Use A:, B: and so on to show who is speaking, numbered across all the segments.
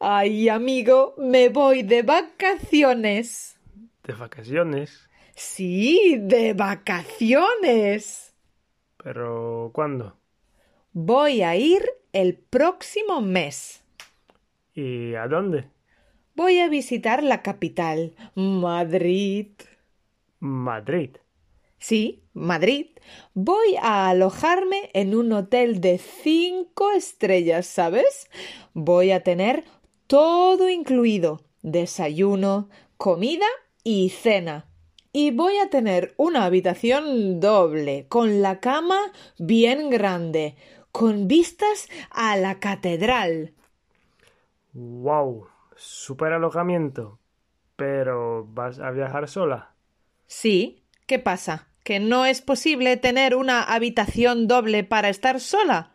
A: Ay, amigo, me voy de vacaciones.
B: De vacaciones.
A: Sí, de vacaciones.
B: Pero ¿cuándo?
A: Voy a ir el próximo mes.
B: ¿Y a dónde?
A: Voy a visitar la capital, Madrid.
B: Madrid.
A: Sí, Madrid. Voy a alojarme en un hotel de cinco estrellas, ¿sabes? Voy a tener todo incluido, desayuno, comida y cena. Y voy a tener una habitación doble, con la cama bien grande, con vistas a la catedral.
B: Wow, super alojamiento. Pero ¿vas a viajar sola?
A: Sí, ¿qué pasa? ¿Que no es posible tener una habitación doble para estar sola?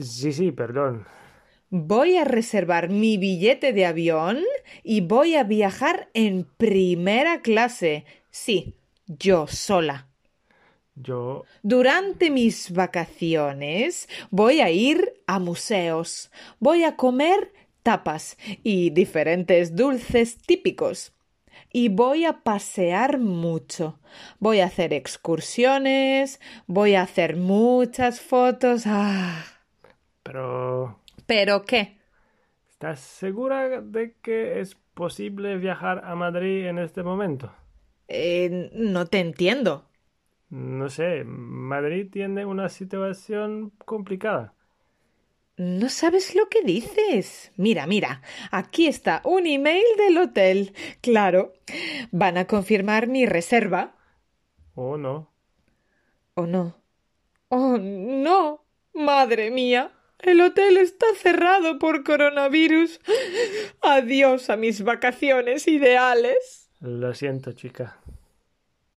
B: Sí, sí, perdón.
A: Voy a reservar mi billete de avión y voy a viajar en primera clase. Sí, yo sola.
B: Yo
A: Durante mis vacaciones voy a ir a museos, voy a comer tapas y diferentes dulces típicos. Y voy a pasear mucho. Voy a hacer excursiones, voy a hacer muchas fotos. ¡Ah!
B: Pero
A: ¿Pero qué?
B: ¿estás segura de que es posible viajar a Madrid en este momento?
A: Eh, no te entiendo.
B: No sé, Madrid tiene una situación complicada.
A: No sabes lo que dices. Mira, mira, aquí está un email del hotel. Claro, van a confirmar mi reserva.
B: ¿O Oh, no?
A: ¿O no? ¡Oh, no! ¡Madre mía! El hotel está cerrado por coronavirus. Adiós a mis vacaciones ideales.
B: Lo siento, chica.